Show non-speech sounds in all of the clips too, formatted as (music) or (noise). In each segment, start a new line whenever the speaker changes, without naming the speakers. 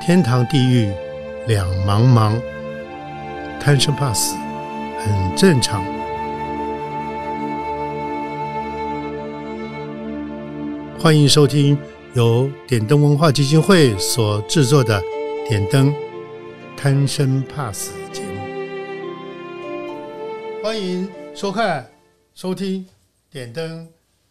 天堂地狱两茫茫，贪生怕死很正常。欢迎收听由点灯文化基金会所制作的《点灯贪生怕死》节目。欢迎收看、收听《点灯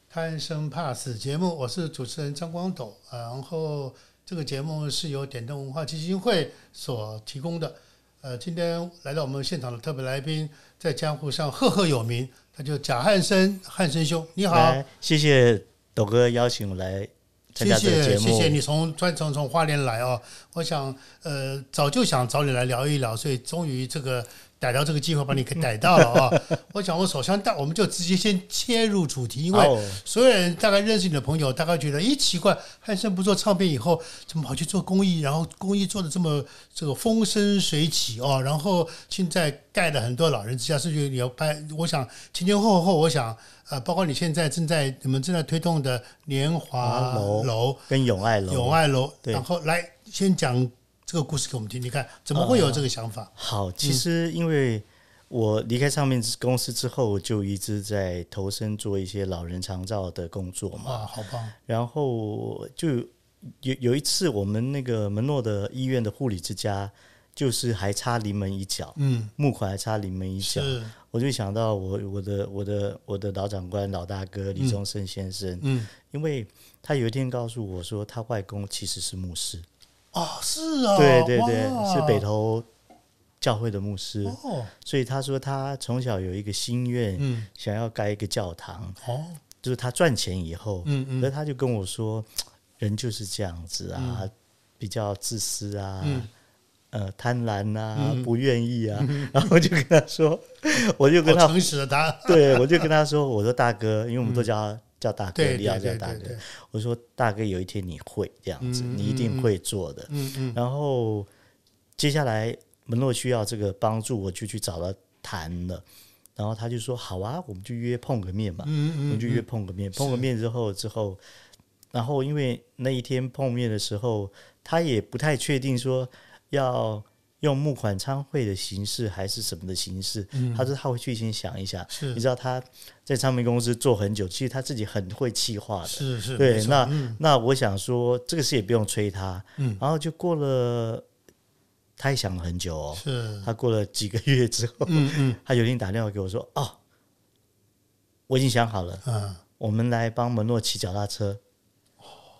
贪生怕死》节目，我是主持人张光斗。呃然后这个节目是由点灯文化基金会所提供的。呃，今天来到我们现场的特别来宾，在江湖上赫赫有名，他就贾汉生，汉生兄，你好。
来，谢谢斗哥邀请我来参
谢
加这个
谢
节目。
谢谢你从专程从花莲来哦，我想呃早就想找你来聊一聊，所以终于这个逮到这个机会把你给逮到了啊、
(laughs)
我想我首先大我们就直接先切入主题，因为
哦
所有人大概认识你的朋友大概觉得，咦奇怪，汉森不做唱片以后怎么跑去做公益，然后公益做的这么这个风生水起哦，然后现在盖了很多老人之家，甚至你要拍，我想前前后后我想。呃，包括你现在正在你们正在推动的年华
华哦楼
楼，
跟永爱楼，
友爱楼，
对
然后来先讲这个故事给我们听听看，怎么会有这个想法？
好，其实因为我离开唱片公司之后，我就一直在投身做一些老人长照的工作嘛。
哇，好棒！
然后就有有一次，我们那个门诺的医院的护理之家，就是还差临门一脚，
嗯，
募款还差临门一脚。
是，
我就想到我我的我的我的老长官老大哥李宗盛先生，
嗯，
因为他有一天告诉我说，他外公其实是牧师，
哦，是啊，
对对对，
哇
是北投教会的牧师，
哦，
所以他说他从小有一个心愿，
嗯，
想要盖一个教堂，
哦，
就是他赚钱以后，
嗯
可
嗯
是他就跟我说，人就是这样子啊，比较自私啊。
嗯
呃，贪婪啊，
嗯
不愿意啊，然后我就跟他说，我就跟
好
他
诚实的答 (laughs) 案，
对，我就跟他说，我说大哥，因为我们都叫他、叫大
嗯
哥，
对
你要
对
叫
对
大
对
哥
对。，
我说大哥，有一天你会这样子，
嗯
你一定会做的。
嗯嗯
然后接下来门洛需要这个帮助，我就去找他谈了。然后他就说好啊，我们就约碰个面嘛，我
嗯嗯
们就约碰个面。碰个面之后之后，然后因为那一天碰面的时候，他也不太确定说要。用募款参会的形式还是什么的形式？他说他会去先想一想，
嗯是
你知道他在唱片公司做很久，其实他自己很会企划的。
是是，没
对，
错
那、
嗯
那我想说这个事也不用催他。
嗯
然后就过了，他也想了很久哦。
是，
(laughs) 他过了几个月之后，
嗯嗯
(laughs) 他有一天打电话给我说：“哦，我已经想好了，
嗯，
我们来帮门诺骑脚踏车，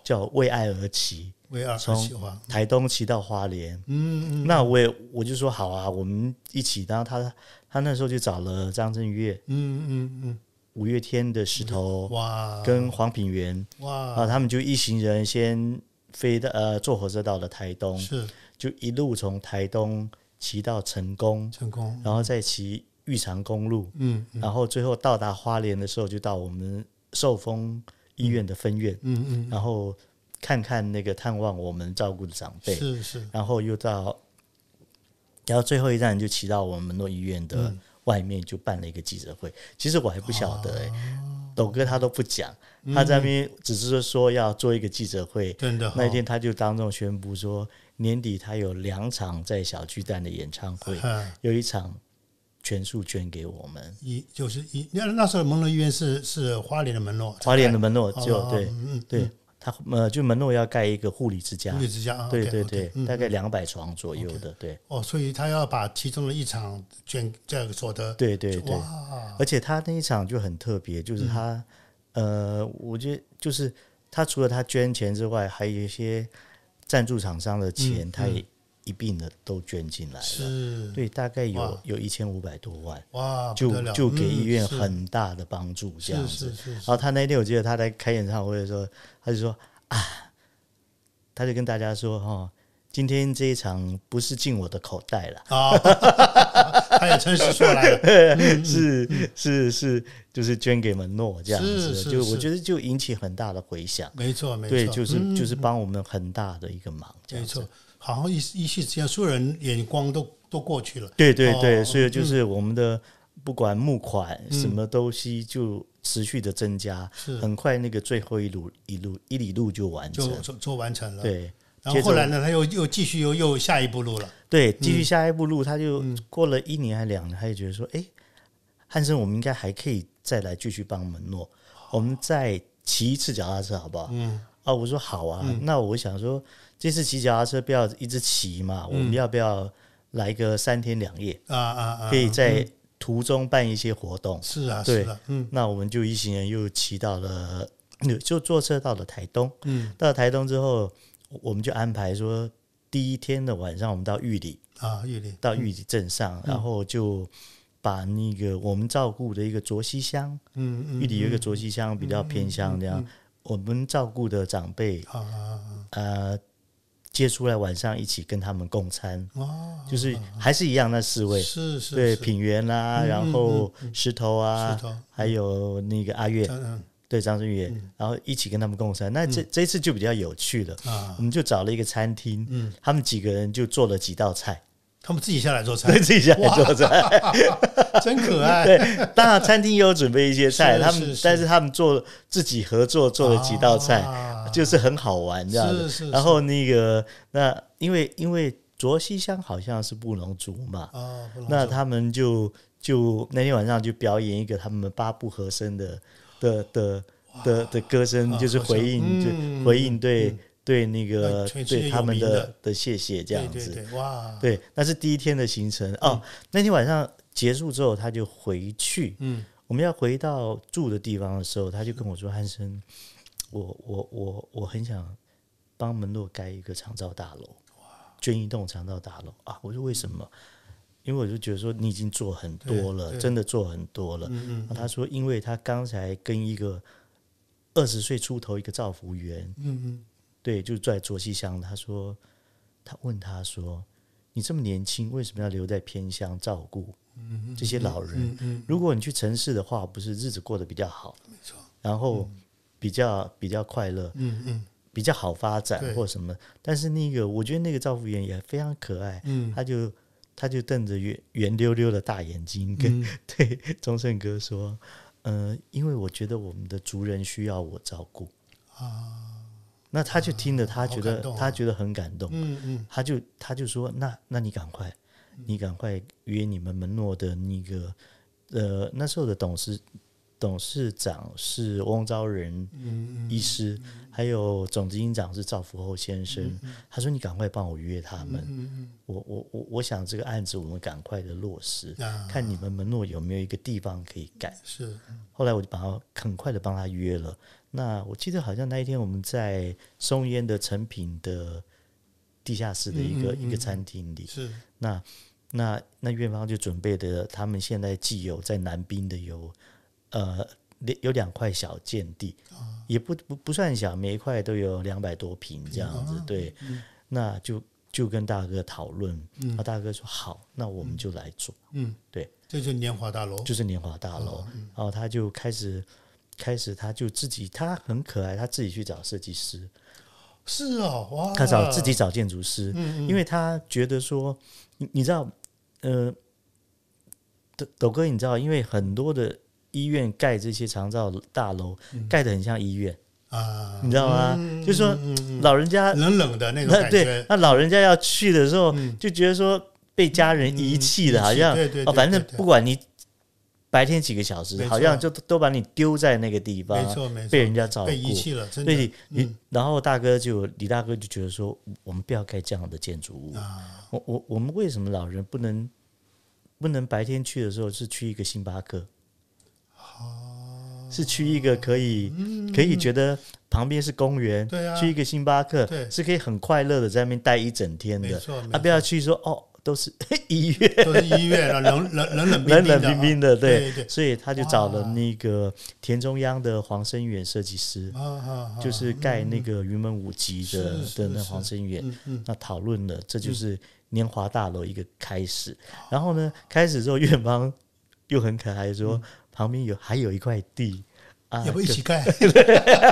叫为爱而骑，
为二
从
喜欢，
台东骑到花莲。”
嗯嗯
那我也我就说好啊，我们一起。然后他他那时候就找了张震岳、
嗯嗯
五月天的
嗯，
石头
哇，
跟黄品源啊，
哇
他们就一行人先飞到呃坐火车到了台东，
是
就一路从台东骑到成功，
成功，
然后再骑玉长公路，
嗯嗯
然后最后到达花莲的时候，就到我们寿丰医院的分院，
嗯
然后看看那个探望我们照顾的长
嗯
辈。
是是，
然后又到，然后最后一站就骑到我们诺医院的
嗯
外面，就办了一个记者会。其实我还不晓得、欸，
哦
斗哥他都不讲，他在那边只是说要做一个记者会。
真的
那一
哦
天他就当众宣布说，年底他有两场在小巨蛋的演唱
(laughs)
会，
嗯。
有一场全数捐给我们。
一就是一，那那时候蒙罗医院是是花莲的门诺，
花莲的门诺
哦
就对
嗯嗯
对，他呃就门诺要盖一个护理之家
护，理之家啊，
对
OK，
对
OK，
对，
嗯
大概两百床左右的，对
哦，所以他要把其中的一场捐这个所得，
对对对。
哇，
而且他那一场就很特别，就是
嗯
他，呃，我觉得就是他除了他捐钱之外，还有一些赞助厂商的钱，他也一并的都捐进来了。
嗯是
对，大概有
哇
有一千五百多万，
哇，不得
就
了
就给医院
嗯是
很大的帮助这样
是
子啊
是。是
然后他那天我记得他在开演唱会的时候，他就说啊，他就跟大家说哈、哦，今天这一场不是进我的口袋了。
啊，他也诚实说来了，
(laughs) 是是是，就是捐给门诺这样
嗯是
子，
是
就是我觉得就引起很大的回响，
没错没错，
对，就是
嗯
就是帮我们很大的一个忙，这
没
样子
错，，好像一一夕之间，所有人眼光都都过去了，
对对
哦嗯
对，所以就是我们的不管募款什么东西就持续的增加，
是
很快那个最后一路一路一里路就完成
就，就就完成了。
对，
然后后来呢，他又又继续又又下一步路了。
对，
嗯
继续下一步路，他就过了一年还两年，他就觉得说，哎、汉生，我们应该还可以再来继续帮门诺，我们再骑一次脚踏车好不好？嗯，啊，我说好啊，
嗯
那我想说，这次骑脚踏车不要一直骑嘛，
嗯
我们要不要来个三天两夜，
啊啊啊！
可以在途中办一些活动？
是啊，是
对
啊，嗯
那我们就一行人又骑到了，呃就坐车到了台东。
嗯
到了台东之后，我们就安排说，第一天的晚上我们到玉里，
啊，玉林
到玉里镇上，
嗯
然后就把那个我们照顾的一个卓溪乡，
嗯嗯，
玉里有一个卓溪乡比较偏乡这样，我们照顾的长辈，
啊啊
呃，接出来晚上一起跟他们共餐，
啊啊！
就是还是一样那四位，
是是，
对
是
品源啦，
嗯
然后石头啊
石头，
还有那个阿月，
嗯
对张震岳，然后一起跟他们共餐。那这这次就比较有趣了，
嗯啊，
我们就找了一个餐厅，
嗯
他们几个人就做了几道菜，
他们自己下来做菜
(laughs) 对，自己家来做菜。
真可爱。
(laughs) 对，当然餐厅也有准备一些菜，
是
他
是
们
是
但是他们做自己合作做了几道菜，
啊
就是很好玩这样子。
是是
然后那个那因为因为卓西乡好像是布农族嘛，
啊，不能
那
说
他们就就那天晚上就表演一个他们八部和声的的的的的歌声，
啊
就是
和声
回应，
嗯
就回应对对那个
那全世界
对他们
有名的
的的谢谢这样
对
子。
对对，哇，
对，那是第一天的行程
嗯
哦。那天晚上结束之后，他就回去。
嗯
我们要回到住的地方的时候，他就跟我说：“汉生，我我我我很想帮门洛盖一个长照大楼，捐一栋长照大楼啊！”我说：“为什么？”因为我就觉得说你已经做很多
对嗯
了，
对
真的做很多了。啊
嗯
然后他说，因为他刚才跟一个二十岁出头一个造福员，
嗯嗯
对，就在卓西乡，他说，他问他说，你这么年轻，为什么要留在偏乡照顾这些老人？
嗯嗯，
如果你去城市的话，不是日子过得比较好，没错，然后比较、比较快乐，
嗯嗯
比较好发
对
展或什么。但是那个，我觉得那个赵福源也非常可爱，
嗯
他就他就瞪着圆圆溜溜的大眼睛
嗯
跟、 (laughs) 对钟盛哥说。呃，因为我觉得我们的族人需要我照顾，
啊，
那他就听了，他觉
好
得、
感动啊
他觉得很感动，
嗯嗯
他就他就说，那那你赶快，你赶快约你们门诺的那个，呃，那时候的董事董事长是翁昭仁
嗯
医师，还有总执行长是赵福厚先生。他说你赶快帮我约他们，
嗯
我我我我想这个案子我们赶快的落实，
嗯啊，
看你们门诺有没有一个地方可以改。
是
后来我就把他很快的帮他约了。那我记得好像那一天我们在松烟的成品的地下室的一
嗯
个、
嗯嗯
一个餐厅里，
是
那那那院方就准备的他们现在既有在南滨的有呃两有两块小建地，也不不不算小，每一块都有两百多平这样子，对，那就就跟大哥讨论，然后大哥说好，那我们就来做。
嗯
对，
这就是年华大楼，
就是年华大楼，然后他就开始开始他就自己他很可爱，他自己去找设计师，
是哦，哇，
他找自己找建筑师，
嗯
因为他觉得说，你你知道，呃，抖抖哥，你知道，因为很多的医院盖这些长照大楼，
嗯
盖的很像医院，
啊，
你知道吗？
嗯
就是说
嗯嗯
老人家
嗯冷冷的那种
那
感
对
觉，
那老人家要去的时候，就觉得说被家人遗弃了，
嗯
好像
对对对
哦，反正
对对
不管你白天几个小
没
时，
错
好像就都都把你丢在那个地
没
方，
错没错
被，人家照
被遗
顾。
弃了，真
对
的嗯
你，你然后大哥就李大哥就觉得说，我们不要盖这样的建筑物。
啊，
我我我们为什么老人不能不能白天去的时候是去一个星巴克？
哦
是去一个可以、可以觉得旁边是公园，
嗯对啊
去一个星巴克
对
是可以很快乐的在那边待一整天
没
的，
错，没
啊，
错
不要去说哦都是 (laughs) 医院
都是医院了，冷冷冷冷冰
冷
冰的啊
冷冰冰的，
对
对，
对
所以他就找了
哇
那个田中央的黄生远设计师，
啊啊，啊
就是盖那个云门舞集的、
是
的
是
那
是
黄生远，
嗯嗯
那讨论了，这就是年华大楼一个开始。然后呢，开始之后，院方又很可爱说，
嗯
旁边有还有一块地啊，
要不一起盖？
(laughs)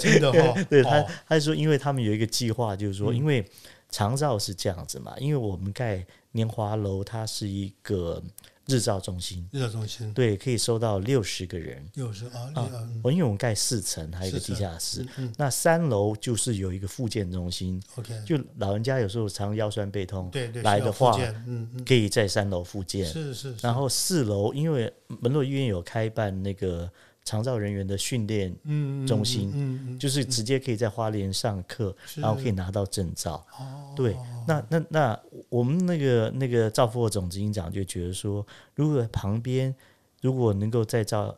(laughs) 真的哦
对
哦嗯
他他说，因为他们有一个计划，就是说，因为长照是这样子嘛，因为我们盖年华楼，它是一个日照中心，
日照中心
对，可以收到六十个人。
又是啊，嗯
我因为我们盖四层，还有一个地下室，
嗯
那三楼就是有一个复健中心，
，OK，
就老人家有时候常腰酸背痛，
对对，
来
需要
的
复
话
健嗯
可以在三楼复
嗯，
健。
是是，是
然后四楼，因为门洛医院有开办那个长照人员的训练，
嗯嗯
中心
嗯嗯，
就是直接可以在花莲上课，
是
然后可以拿到证照。
哦，
对，那那那我们那个那个赵副总执行长就觉得说，如果旁边如果能够再造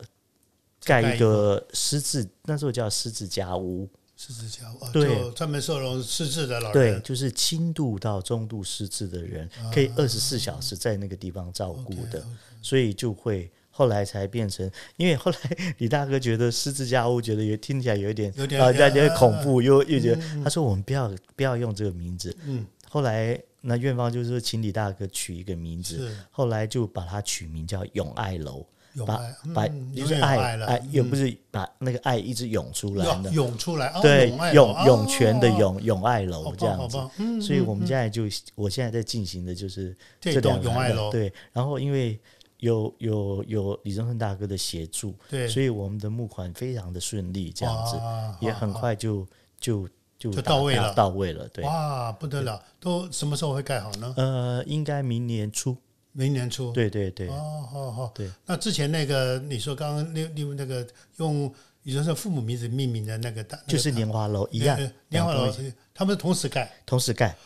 再盖
盖
一
一个狮子，那时候叫狮子家屋，
狮子家哦，
对
就专门收容失智的老
对，
人，
就是轻度到中度失智的人，可以二十四小时在那个地方照顾
OK，
的
OK，
所以就会后来才变成，因为后来李大哥觉得狮子家屋觉得有听起来有一点
有点嗯
啊，大家
啊
恐怖，又又觉得、他说我们不要不要用这个名字，
嗯，
后来那院方就是说请李大哥取一个名字，
是
后来就把它取名叫永爱楼，
有
把
爱，
把
嗯
就
永
是
远有
爱
了，
爱又
嗯
不是把那个爱一直涌出来
要
的，
涌出来，哦
对
涌爱，
涌
哦
涌泉的
哦
涌永爱
好
楼
棒
这样
好
子。
棒嗯，
所以我们现在就，我现在在进行的就是
这
两
栋
个
永爱
案
楼，
对。然后因为有有有李宗盛大哥的协助，
对，
所以我们的募款非常的顺利，这样子
哇
也很。
哇
快就就就
就
达
到位
达
了
到位了。对，
哇，不得了！都什么时候会盖好呢？
呃，应该明年初，
明年初。
对对对，
哦，好好。
对。
那之前那个你说刚刚那那那个用李宗盛父母名字命名的那个大，那个
就是莲花楼一样
呃，莲
两
花楼
栋，
他们是同时盖，
同时盖。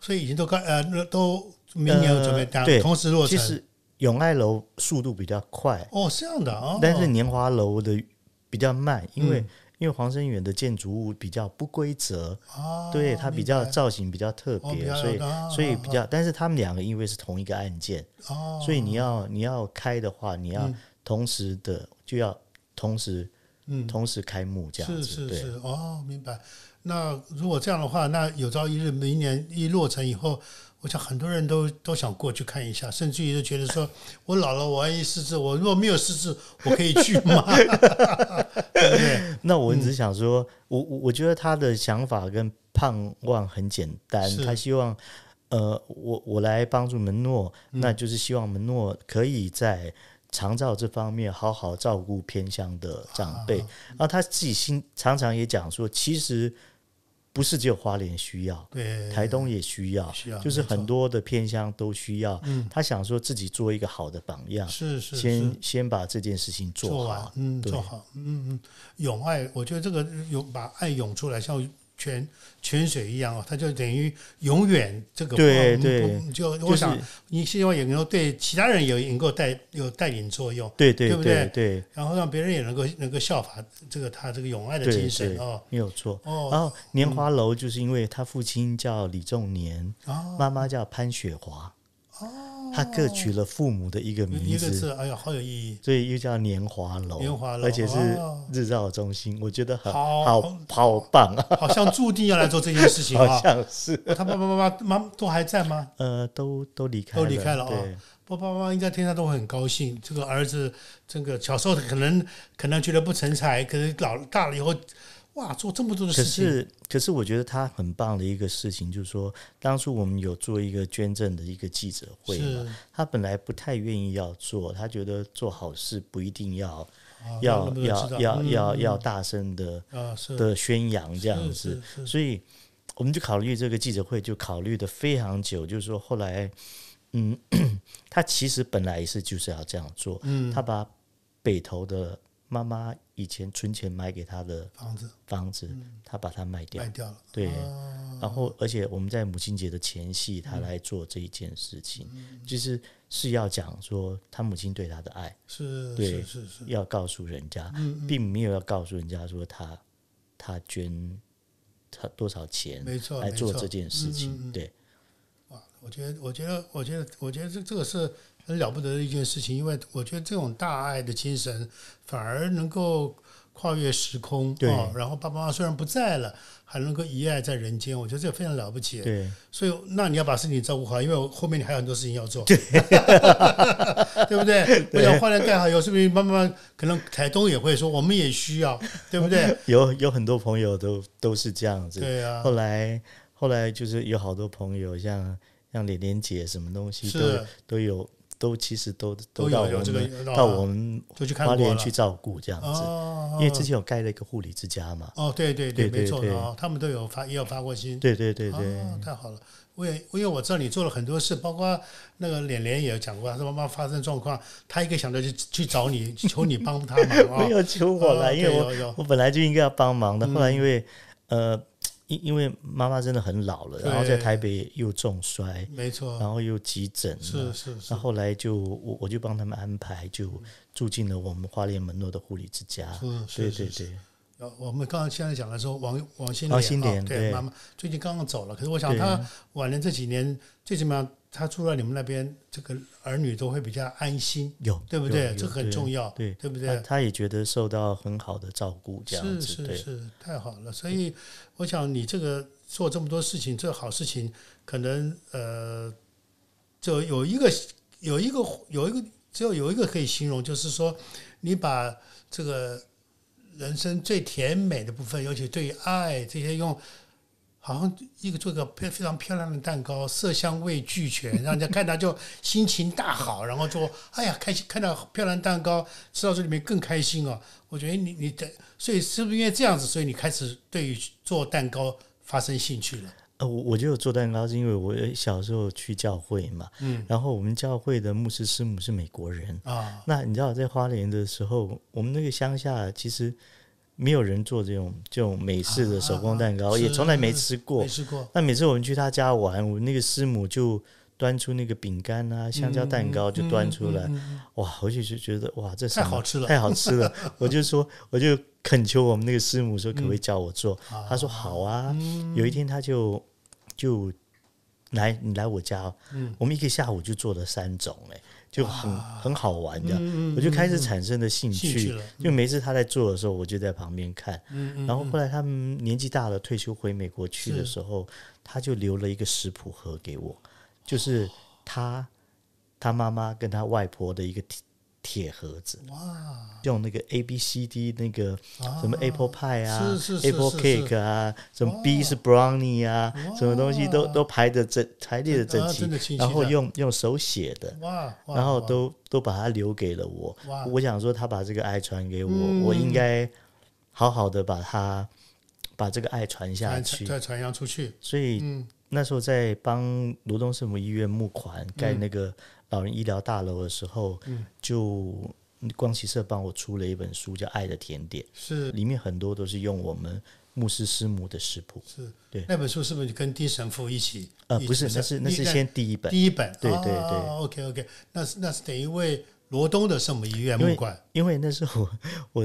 所以已经都盖呃那都明年准备
呃
搭，
对
同时落
其
成。
实永爱楼速度比较快，
哦，是这样的哦。嗯
但是莲花楼的比较慢，因为因为黄生远的建筑物比较不规则，
啊，
对它比较
明白
造型比较特
哦比
别，
较
所以
啊
所以比较，但是他们两个因为是同一个案件，
哦，
所以你要你要开的话，你要同时的就要同时
嗯
同时开幕这样
是是
子，对
是，哦，明白。那如果这样的话，那有朝一日，明年一落成以后，我想很多人都都想过去看一下，甚至于就觉得
(laughs)
说，我老了，我万一失智，我如果没有失智，我可以去
(laughs)
吗？对不对？
那我只是想说，我我我觉得他的想法跟盼望很简单，
是
他希望，呃，我我来帮助门诺，
嗯
那就是希望门诺可以在长照这方面好好照顾偏乡的长
啊
辈。然后他自己心常常也讲说，其实不是只有花莲需要，
对，
台东也需要，
需要
就是
没错
很多的偏乡都需要。他想说自己做一个好的榜样，
是是是
先。先把这件事情
做
好
完，。嗯，
对
做好，嗯嗯，涌爱，我觉得这个涌把爱涌出来，像泉泉水一样哦，它就等于永远这个
对
嗯
对
不就
就
我
是
想你希望也能够对其他人有能够带有带领作用，
对对
对不对
对对，
然后让别人也能够能够效法这个他这个永爱的
对
精神
对
哦
没有错。然
哦
后莲花楼就是因为他父亲叫李仲年，
啊
妈妈叫潘雪华，他各取了父母的一个
哦一
名
个
字，
字，哎呀，好有意义，
所以又叫莲花楼，
莲花楼
而且是
哦
日照中心，我觉得很
好
好好棒啊，
好像注定要来做这件事情
好
啊。
像是
他爸爸妈妈妈都还在吗？
呃，都都离开
都离开了
对
哦，爸爸妈妈应该听他都会很高兴。这个儿子，这个小时候可能可能觉得不成才，可是老大了以后，哇，做这么多的
可
事情，
是，可是我觉得他很棒的一个事情，就是说，当初我们有做一个捐赠的一个记者会嘛，他本来不太愿意要做，他觉得做好事不一定要
啊让那
要
么多人知道
要要
嗯
要要大声的
啊是
的宣扬这样
是
子，
是是
所以我们就考虑这个记者会，就考虑的非常久，就是说后来，嗯， (clears throat) 他其实本来也是就是要这样做，
嗯
他把北投的妈妈以前存钱买给他的
房子
房子，
嗯
他把它卖掉
卖，掉了，
对。
啊
然后，而且我们在母亲节的前夕，他
嗯
来做这一件事情，就是是要讲说他母亲对他的爱，
是
对
是是是，
要告诉人家，
嗯
并没有要告诉人家说他他捐他多少钱
没错
来
没
做
错
这件事
嗯嗯
情，
嗯
对
哇，我觉得，我觉得，我觉得，我觉得这这个是很了不得的一件事情，因为我觉得这种大爱的精神反而能够跨越时空，
对
哦然后爸爸妈妈虽然不在了，还能够一爱在人间，我觉得这非常了不起。
对
所以，那你要把身体照顾好，因为我后面你还有很多事情要做，对不 (laughs) 对？我想花莲盖好以后，是不是慢慢可能台东也会说，我们也需要，对不对？
有有很多朋友都都 (laughs) 是这样子。
对啊，
后来后来就是有好多朋友像像连连姐什么东西都
是
都有都其实都
都
到
有
我
有
们
这个啊
到我们
就去看
花
过
莲
了
去照顾这样子，
哦，
因为之前有盖了一个护理之家嘛，
哦，对对
对对
没错
对
哦，他们都有发也有发过心，
对对对对，
哦，太好了。我也因为我知道你做了很多事，包括那个脸脸也有讲过，他说妈妈发生状况，他一个想到就去找你，求你帮他嘛啊。
(laughs) 没有求我
哦嗯
了，因为
对
我
有有
我本来就应该要帮忙的，后来因为呃，因因为妈妈真的很老了，
对
然后在台北又重摔，
没错，
然后又急诊，
是是是
那，后来就我我就帮他们安排，就住进了我们花莲门诺的护理之家。
是
对
是
对
是
对，
呃，我们刚刚现在讲的说王王心
王
莲
心
啊
莲对
对妈妈最近刚刚走了，可是我想
对
她晚年这几年最起码她住在你们那边，这个儿女都会比较安心，
有
对不
有
对
有？
这个很重要，
对
对不
他
对？
他也觉得受到很好的照顾，这样
是
子
是
对。嗯
是，太好了。所以我想你这个做这么多事情，这个好事情，可能呃，就有一个有一个有一个只有有一个可以形容，就是说你把这个人生最甜美的部分，尤其对于爱这些用。好像一个做个非非常漂亮的蛋糕，色香味俱全，让人家看到就心情大好，然后就哎呀开心，看到漂亮蛋糕，吃到这里面更开心哦。我觉得你你的，所以是不是因为这样子，所以你开始对于做蛋糕发生兴趣了？
呃，我我就有做蛋糕，是因为我小时候去教会嘛，
嗯
然后我们教会的牧师师母是美国人，
啊，
那你知道在花莲的时候，我们那个乡下其实没有人做这种这种美式的手工蛋糕，
啊
也从来没
是
吃过
没。吃过，
那每次我们去他家玩，我那个师母就端出那个饼干啊、香蕉蛋糕就端出来，
嗯嗯嗯嗯
哇，我就就觉得哇，这
太
什么
好吃了
嗯太好吃
(laughs)
了！我就说，我就恳求我们那个师母说，可不可以教我做？
嗯啊嗯
他说好啊。有一天他就就来你来我家哦，
嗯
我们一个下午就做了三种、哎，就很、很好玩
嗯
的。我就开始产生了兴
兴趣了嗯
就每次他在做的时候，我就在旁边看。然后后来他们年纪大了，退休回美国去的时候，他就留了一个食谱盒给我，就是他他妈妈跟他外婆的一个铁铁盒子，
哇，
用那个 A B C D 那个
啊
什么 Apple Pie 啊、
是是是
Apple
是哦
Cake 啊，什么 B 是 Brownie 啊，什么东西都都排的整排列的整
啊真的
齐，
清晰
然后
的
用用手写的，
哇，哇
然后
哇
都都把它留给了我
哇。
我想说，他把这个爱传给我，
嗯
我应该好好的把它把这个爱传下
传
去。
再传扬出去，
所以
嗯，
那时候在帮罗东圣母医院募款
嗯
盖那个老人医疗大楼的时候，就光启社帮我出了一本书，叫《爱的甜点》，
是
里面很多都是用我们牧师师母的食谱。
是，
对
那本书是不是你跟丁神父一起？
呃，
一
不是，
起
那是那是
你
先第一本，
第一本，
对对对
o k OK，那是那是等于为罗东的圣母医院
因
募款，
因为那时候我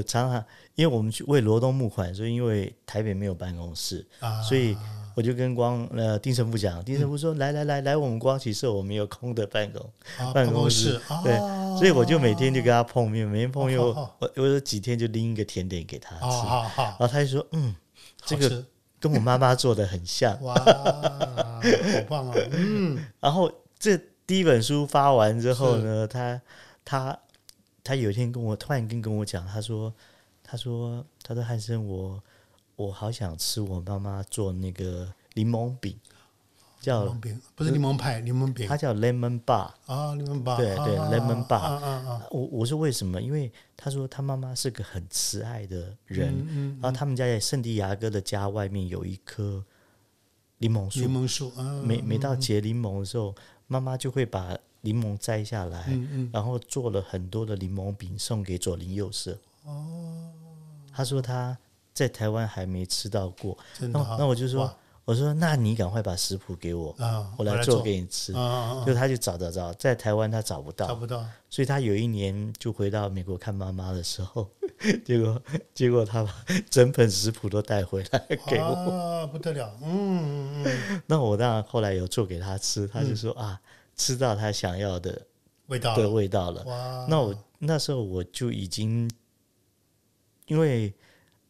(laughs) 我常常，因为我们去为罗东募款，所以因为台北没有办公室，
啊
所以我就跟光呃丁神父讲，丁神父说、来来来来，我们光启社我们有空的办公，
啊
办
办
公
公
室
室，啊
对，所以我就每天就跟他碰面，每天碰面我
哦好好
我我有几天就拎一个甜点给他
啊，
吃，
好好，
然后他就说嗯，这
好
个
吃
跟我妈妈做的很像，
哇，好
(laughs)
棒啊，嗯，
然后这第一本书发完之后呢，他他他有一天跟我突然跟跟我讲，他说他说他说汉生，我我好想吃我妈妈做那个柠檬饼，
柠
叫
檬饼不是柠檬派，柠檬哦饼
它叫 lemon bar。
啊，柠檬吧，
对对
啊
lemon bar
啊啊啊，
我我说为什么？因为他说他妈妈是个很慈爱的人，
嗯嗯，
然后他们家在圣地亚哥的家外面有一棵柠檬树
柠，檬树啊，
每每到结柠檬的时候，妈妈就会把柠檬摘下来，
嗯嗯，
然后做了很多的柠檬饼送给左邻右舍。哦，他说他在台湾还没吃到过，
真
那
的
我
啊，
那我就说
哇，
我说那你赶快把食谱给我，
啊，
我
来
来做给你吃。
啊啊啊，
就他就找找找，在台湾他找不
找
到，
不到，
所以他有一年就回到美国看妈妈的时候， (laughs) 结果结果他把整本食谱都带回来 (laughs) 给我。
啊，不得了，嗯嗯嗯，
那我当然后来有做给他吃，他就说、啊，吃到他想要的
味道
的味道了。
哇，
那我那时候我就已经，因为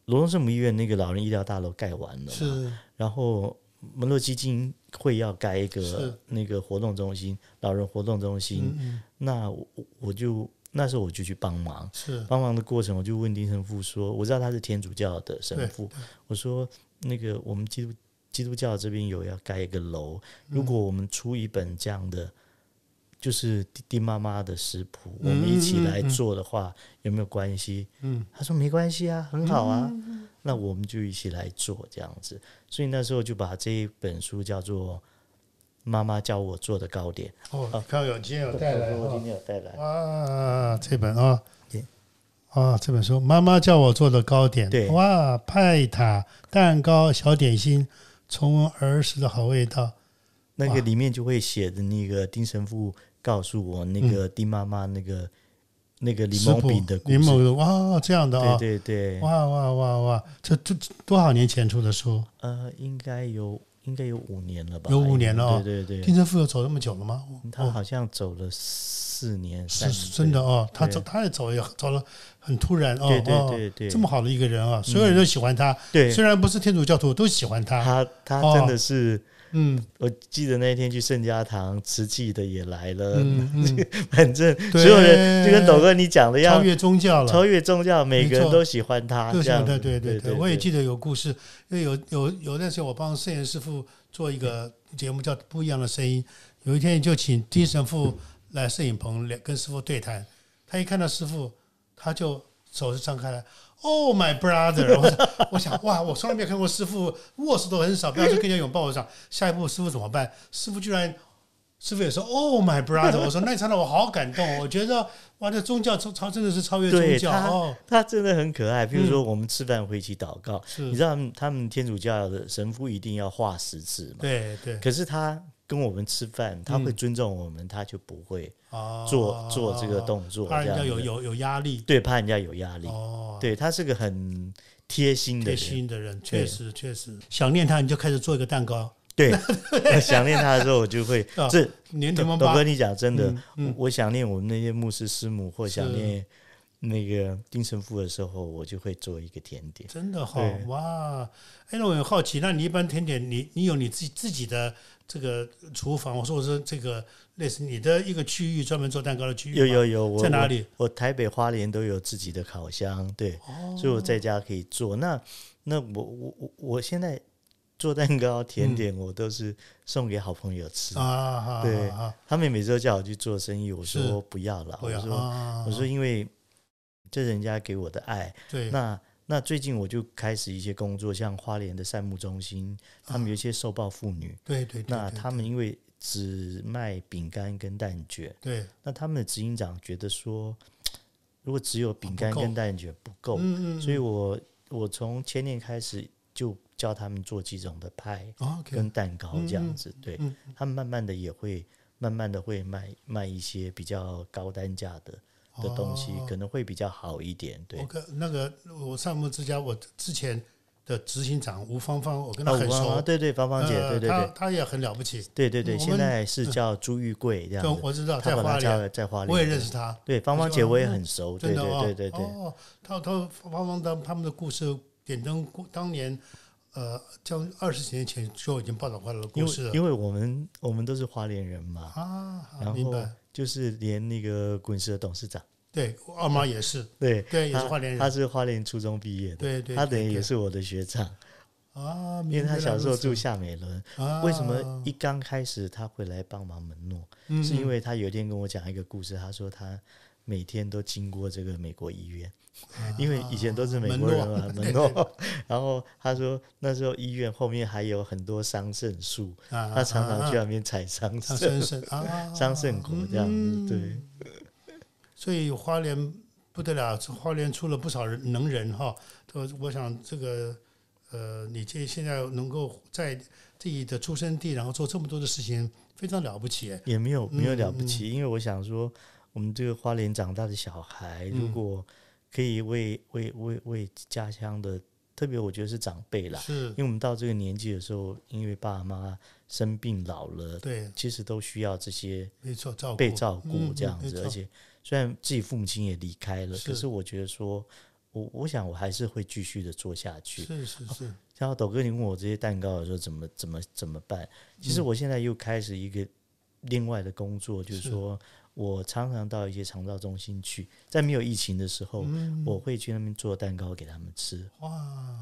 罗东圣母医院那个老人医疗大楼盖完了，
是
然后门洛基金会要盖一个
是
那个活动中心，老人活动中心。
嗯嗯
那我我就那时候我就去帮忙，
是
帮忙的过程我就问丁神父说，我知道他是天主教的神父，我说那个我们基督
嗯
基督教这边有要盖一个楼，如果我们出一本这样的就是弟弟妈妈的食谱，
嗯
我们一起
嗯嗯
来
嗯
做的话，有没有关系？
嗯，
他说没关系啊，很好啊，那我们就一起来做这样子。所以那时候就把这一本书叫做《妈妈教我做的糕点
哦，你看有今天》，有带来
我今
哦，
天有带来。
哇，这本啊
对。
啊，这本书妈妈叫我做的糕点，
对
哇，派塔、蛋糕、小点心，重温儿时的好味道。
那个里面就会写的那个丁神父告诉我那
嗯
个丁妈妈那个、那个柠
食
檬
谱
饼的故
柠檬
事。
的哇，这样的啊、
对对对，
哇哇哇哇，这这这多少年前出的书？
呃，应该有应该有五年了吧？
有五年了哦
对对
丁
对，
正富有走那么久了吗？
他好像走了四年，三
是
年
是真的哦，他
对
走他也走也走了很突然哦，
对对
哦
对对，嗯
这么好的一个人啊，所有人都喜欢他，
对，
虽然不是天主教徒都喜欢他。
他他
哦
真的是，
嗯
我记得那天去圣家堂，慈济的也来了，
嗯嗯，
(laughs) 反正所
对
有人就跟斗哥你讲的一
超
样，
越宗教
超
了。
越宗教，每个人都喜欢他，
就
这
像
样
对
子
对对
对
对，我也记得有故事，因为有有有段时间我帮圣严师傅做一个节目叫《不一样的声音》，有一天就请丁神父来摄影棚两跟师傅对谈，他一看到师傅，他就手就张开来，Oh my brother！我想， (laughs) 我想，哇，我从来没有看过师傅握手都很少，不要说跟人家拥抱上。下一步师傅怎么办？师傅居然，师傅也说，Oh my brother！我说那一刹那我好感动，我觉得哇，这宗教超超真的是超越宗
对
教
他
哦，
他真的很可爱。比如说，我们吃饭会一起祷告，你
嗯是，
知道他们他们天主教的神父一定要画十字嘛，
对对，
可是他跟我们吃饭，
嗯
他会尊重我们，他就不会
哦
做做这个，动作，
怕
这
人家
样
有
子
有有压力
对，怕人家有压力。
哦。
对他是个很贴心
贴
的人，
心的人，
对
确实确实想念他，你就开始做一个蛋糕， (laughs)
对，我想念他的时候，我就会
啊
这。
年
董
怎么
董
八
哥，你讲真的
嗯，嗯
我我想念我们那些牧师师母，或
是
想念那个丁神父的时候，我就会做一个甜点。
真的哈、
对
哇！哎，那我很好奇，那你一般甜点，你你有你自己自己的这个厨房？我说我说这个类似你的一个区域专门做蛋糕的区域吗
有有有，我
在哪里？
我？我台北花莲都有自己的烤箱，对，
哦，
所以我在家可以做。那那我我我我现在做蛋糕甜点，我都是送给好朋友吃。
嗯啊啊，
对
啊，
他们每次都叫我去做生意，我
是
说不要了，
我
我
要
说
啊，
我说因为这人家给我的爱，
对，
那那最近我就开始一些工作，像花莲的善牧中心，他们有一些受暴妇女，
对啊对对，
那
对
他们因为只卖饼干跟蛋卷，
对，
那他们的执行长觉得说，如果只有饼干
啊不够
跟蛋卷不够，
嗯嗯，
所以我我从前年开始就教他们做几种的派
哦 OK，
跟蛋糕这样子，对
嗯
他们慢慢的也会。慢慢的会卖卖一些比较高单价的的东西，
哦
可能会比较好一点。对
我，跟那个我上木之家，我之前的执行长吴芳芳，我跟他
啊
很
吴芳
熟，
芳对对，芳芳姐，
呃
对对
她
对，
她也很了不起，
对对对，
我
现
们
在是叫朱玉贵这样
对，
子，
我知道
她
在
把
花
她叫
莲，
了在花莲，
我也认识她，
对，芳芳姐我也很熟，对
真的哦，
对对对对，
哦，他他方方当他们的故事点灯，当年呃，将二十几年前就已经报道过了
因
故事
为
了
因为我们我们都是花莲人嘛，
啊，
然
明
后
白？
就是连那个滚石的董事长，
对，我二妈也是，
对，
对，也是
他
花莲
他
人，
是花莲初中毕业的，
对对，
他
对
等于也
对
是我的学长，
啊，
因为他小时候住
住，
下美伦，
啊
为什么一刚开始他会来帮忙门诺？
嗯
是因
嗯
为他有一天跟我讲一个故事，他说他每天都经过这个美国医院，
啊
因为以前都是美国人嘛，门诺。然后他说那时候医院后面还有很多桑葚树，
啊
(laughs) 他常常去
啊
那边采 (laughs) 桑
啊
葚、
深深啊，
桑葚果这样
嗯
子。对，
所以花莲不得了，这花莲出了不少人能人哈。我我想这个呃，你这现在能够在自己的出生地，然后做这么多的事情，非常了不起。
也没有没有了不
嗯
起，因为我想说，我们这个花莲长大的小孩，如
嗯
果可以为为为为家乡的，特别我觉得是长辈啦。
是
因，为我们到这个年纪的时候，因为爸妈生病老了，
对，
其实都需要这些
没错，照顾
被照顾
嗯
这样
嗯
子，
没错
而且虽然自己父母亲也离开了，
是
可是我觉得说，我我想我还是会继续的做下去。
是是是，
然后斗哥，你问我这些蛋糕的时候怎么怎么怎么办？
嗯
其实我现在又开始一个另外的工作，就是
是
说我常常到一些长照中心去，在没有疫情的时候，
嗯，
哦我会去那边做蛋糕给他们吃。
哇，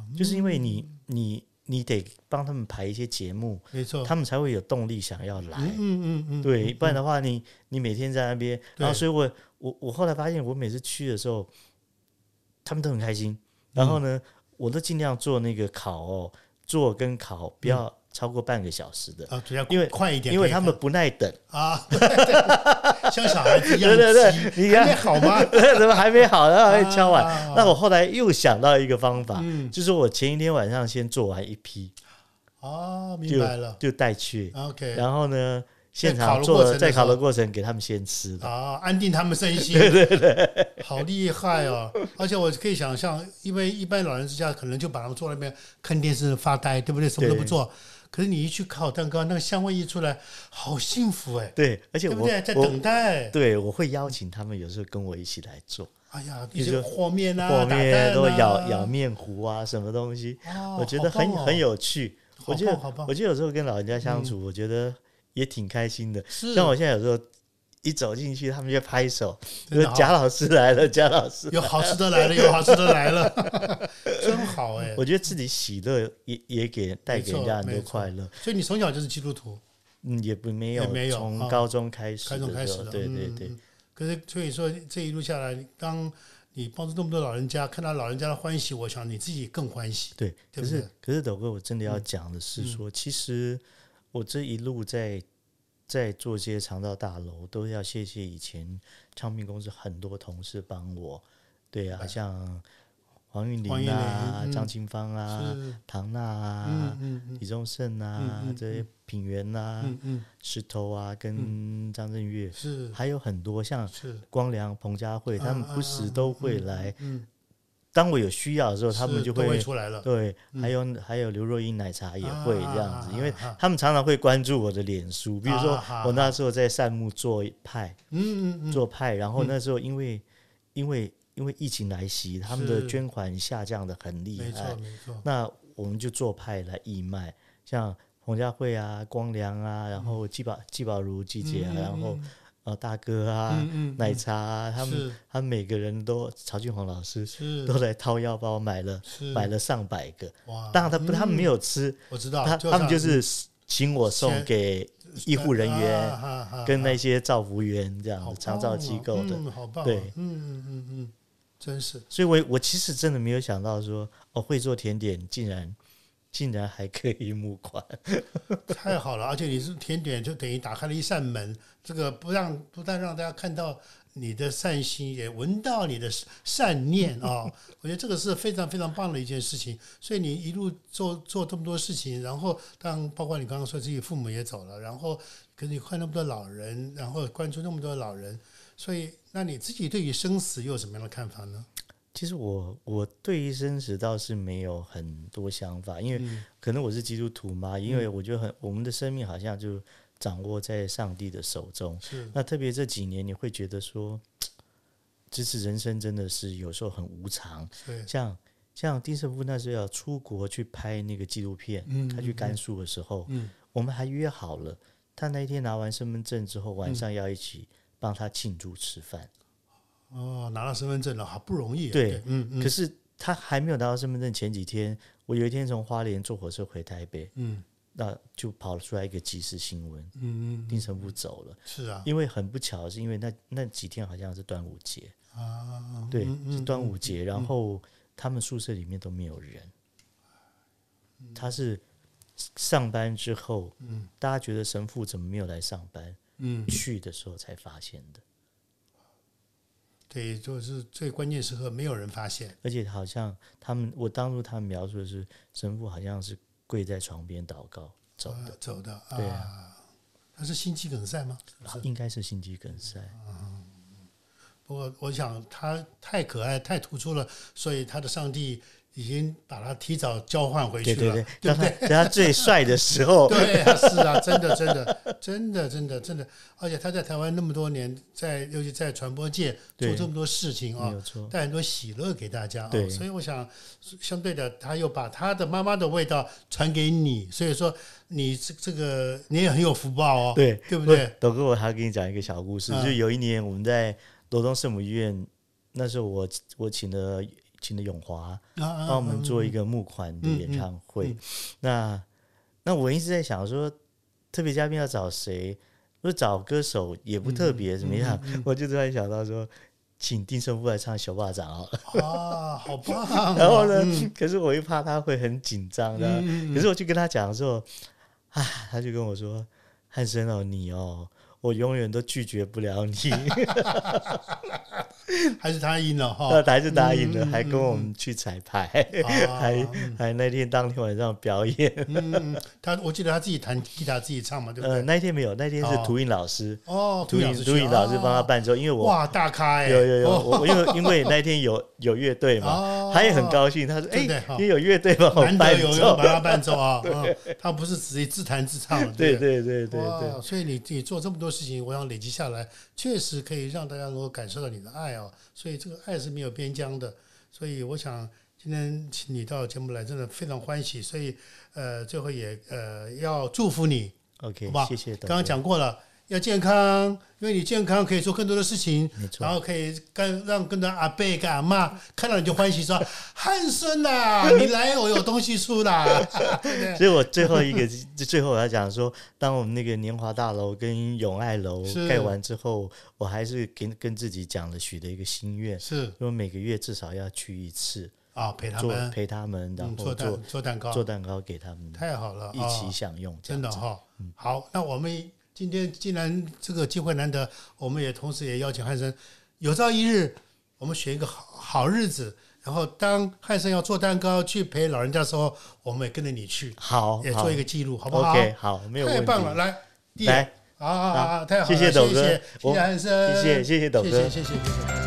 嗯
就是因为你你你得帮他们排一些节目，
没错，
他们才会有动力想要来。
嗯嗯嗯嗯，
对，不然的话你，你每天在那边，然后所以我我我后来发现，我每次去的时候，他们都很开心。然
嗯
后呢，我都尽量做那个烤哦，做跟烤不要超过半个小时的，
啊，比较
因为
快嗯一点给
因
你看，
为他们不耐等。 (laughs)
啊，对对像小孩子一样
对对对
急
你看
还没好吗？
(laughs) 怎么还没好？然后还没敲完。
啊
那我后来又想到一个方法，
嗯
就是我前一天晚上先做完一批，
啊，明
就
白了
就带去，
，OK，
然后呢，现
在烤
场
的
做
过程的
了，在
时候
烤的过程给他们先吃的。
啊，安定他们身
(laughs)
心，好厉害哦！而且我可以想象，因为一般老人之家可能就把他们坐在那边看电视发呆，对不对？什么都不
对
做。可是你一去烤蛋糕，那个香味一出来，好幸福哎，
对，而且
对不
我
对？在
我
等待，
对我会邀请他们，有时候跟我一起来做
哎呀，
比
一
如
些
说
和面啊，
和
打
面，
蛋
都
啊
咬咬，面糊啊，什么东西，
哇
我觉得
好棒
很
哦
很有趣。我觉
好棒好
得
棒嗯
我觉得有时候跟老人家相处，我觉得也挺开心的。
是
像我现在有时候一走进去，他们就拍手，
真
说
的哦
贾老师来了，贾老师。
有好吃的来了，有好吃的来
(laughs)
了，真好哎！
我觉得自己喜乐也也给带给人家很多快乐，
所以你从小就是基督徒，
嗯，也不没有
也没有
从
啊
高中开始
开中开
的时
始
候，
的，
对
嗯
对对，
嗯可是所以说这一路下来，当你帮助那么多老人家，看到老人家的欢喜，我想你自己更欢喜。
对，
对
可
不对
是
嗯
可是斗哥，我真的要讲的是说，其实我这一路在在做这些长照大楼，都要谢谢以前唱片公司很多同事帮我，对啊，像黄韵
黄韵
玲
玲
啊、
嗯
张清芳啊、
是，
唐娜啊
嗯、嗯
李宗盛啊、
嗯嗯
这些品源啊、
嗯嗯
石头啊，跟张震岳
嗯，，是
还有很多像
是，
光良、彭佳慧，他们
啊
不时都会来。
嗯，
当我有需要的时候，他们
是
就
都
会
出来了，
对，
嗯
还有还有刘若英奶茶也会
啊
这样子，因为
啊啊啊
他们常常会关注我的脸书，比如说
啊啊啊
我那时候在善木做派
嗯嗯嗯，
做派，然后那时候因为因为因为疫情来袭，他们的
是
捐款下降的很厉
没错
害，
没错，
那我们就做派来义卖，像彭佳慧啊、光良啊，然后季宝季宝如季姐啊，
嗯嗯嗯
然后
嗯
呃大哥啊、
嗯嗯
奶茶啊，他们
是
他们每个人都曹俊宏老师
是
都来掏腰包买了
是
买了上百个。
哇，
当然他不，他们没
嗯
有吃，
我知道，
他他们
像
就是请我送
先
给医护人员
员
跟那些照服员这样
好
的长照机构的。
嗯，好棒、
对
嗯嗯嗯嗯，真是
所以我我其实真的没有想到说，哦，会做甜点竟然竟然还可以募款， (laughs)
太好了！而且你是甜点，就等于打开了一扇门，这个不让不但让大家看到你的善心，也闻到你的善念啊、
(laughs)
我觉得这个是非常非常棒的一件事情。所以你一路做做这么多事情，然后当然包括你刚刚说自己父母也走了，然后跟你看那么多老人，然后关注那么多老人，所以那你自己对于生死又有什么样的看法呢？
其实我我对于生死倒是没有很多想法，
嗯
因为可能我是基督徒嘛，因为我觉得很我们的生命好像就掌握在上帝的手中。
是
那特别这几年，你会觉得说，其实人生真的是有时候很无常。
对，
像像丁胜夫那时候要出国去拍那个纪录片，
嗯
他去甘肃的时候，
嗯
我们还约好了，他那一天拿完身份证之后，
嗯
晚上要一起帮他庆祝吃饭。
哦，拿到身份证了，好不容易啊。
对
嗯嗯
可是他还没有拿到身份证前几天，我有一天从花莲坐火车回台北，
嗯
那就跑出来一个即时新闻，
嗯嗯，
丁胜夫走了。
是啊
因为很不巧，是因为那那几天好像是端午节，
啊，
对，
嗯
是端午节，然后他们宿舍里面都没有人，
嗯
他是上班之后，大家觉得神父怎么没有来上班，
嗯，
去的时候才发现的，
对，就是最关键时刻没有人发现，
而且好像他们，我当初他们描述的是神父好像是跪在床边祷告走
啊
的，
走的啊。
对
他是心肌梗塞吗？是不是
应该是心肌梗塞，
不过我想他太可爱，太突出了，所以他的上帝已经把他提早交换回去
对对
了，(laughs) 对
对，当
不
他
对？
在他最帅的时候，
对 (laughs) 啊，是啊，真的，真的，真的，真的，真的，而且他在台湾那么多年，在尤其在传播界做
对
这么多事情啊、
没有错，
带很多喜乐给大家、哦，
对
所以我想，相对的，他又把他的妈妈的味道传给你，所以说你这这个你也很有福报哦，
对
对不对？
斗哥，我还要跟你讲一个小故事，
嗯
就有一年我们在罗东圣母医院，那时候我我请了请了永华
啊啊
帮我们做一个募款的演唱会。那那我一直在想说，特别嘉宾要找谁？说找歌手也不特别，怎么样？我就突然想到说，请丁胜富来唱《小霸掌》好了。
啊，好棒啊！
(laughs) 然后呢，可是我又怕他会很紧张的。
嗯
可是我去跟他讲的时候，啊，他就跟我说：“汉生哦，你哦，我永远都拒绝不
(laughs)
了你。 (laughs)
还是他赢了”哈
那，还是答应了，
嗯嗯
还跟我们去彩排，还
啊，
还那天当天晚上表演。
嗯，他我记得他自己弹吉他自己唱嘛，对不
呃，
对？
那一天没有，那天是
哦
涂印老师，
哦，
涂
杜
印
老师去，
涂印老师帮他
啊
伴奏，因为我
哇大咖哎，
有有有，
哦
我因为因为那天有有乐队嘛，
哦
他也很高兴，他说：“
对
哎
不对哦，
也有乐队帮我
难
伴
得有人
奏
把。他伴奏啊，
(laughs)
嗯他不是自己自弹自唱，”
对
不
对对对对。
哇，所以你你做这么多事情，我想累积下来，确实可以让大家能够感受到你的爱哦。所以这个爱是没有边疆的。所以我想今天请你到节目来，真的非常欢喜。所以呃，最后也呃要祝福你，
OK，
好吧？
谢谢董哥。
刚刚讲过了，要健康，因为你健康可以做更多的事情，
没错
然后可以跟让更多阿伯跟阿妈看到你就欢喜说：“汉孙呐、你来我有东西出啦。
(laughs)
(laughs)
所以我最后一个， (laughs) 最后我要讲说，当我们那个年华大楼跟永爱楼
是
盖完之后，我还是跟跟自己讲了许的一个心愿”，
是
说每个月至少要去一次，
啊，陪他
做
们，
陪他们，然
嗯，
后
做
做
蛋做蛋糕
做，蛋糕给他们，
太好了，
一
啊
起享用，这
真的
样子嗯
哈、好，那我们今天既然这个机会难得，我们也同时也邀请汉生，有朝一日我们选一个好好日子，然后当汉生要做蛋糕去陪老人家的时候，我们也跟着你去，
好，
也
哦好
做一个记录，好不好？
OK，好，没有
太
问题。
棒了，来，弟
来，
啊啊啊！太好了，
谢谢抖
谢
哥
谢谢
我
谢汉生，
谢谢谢谢抖
谢
哥
谢谢谢谢谢。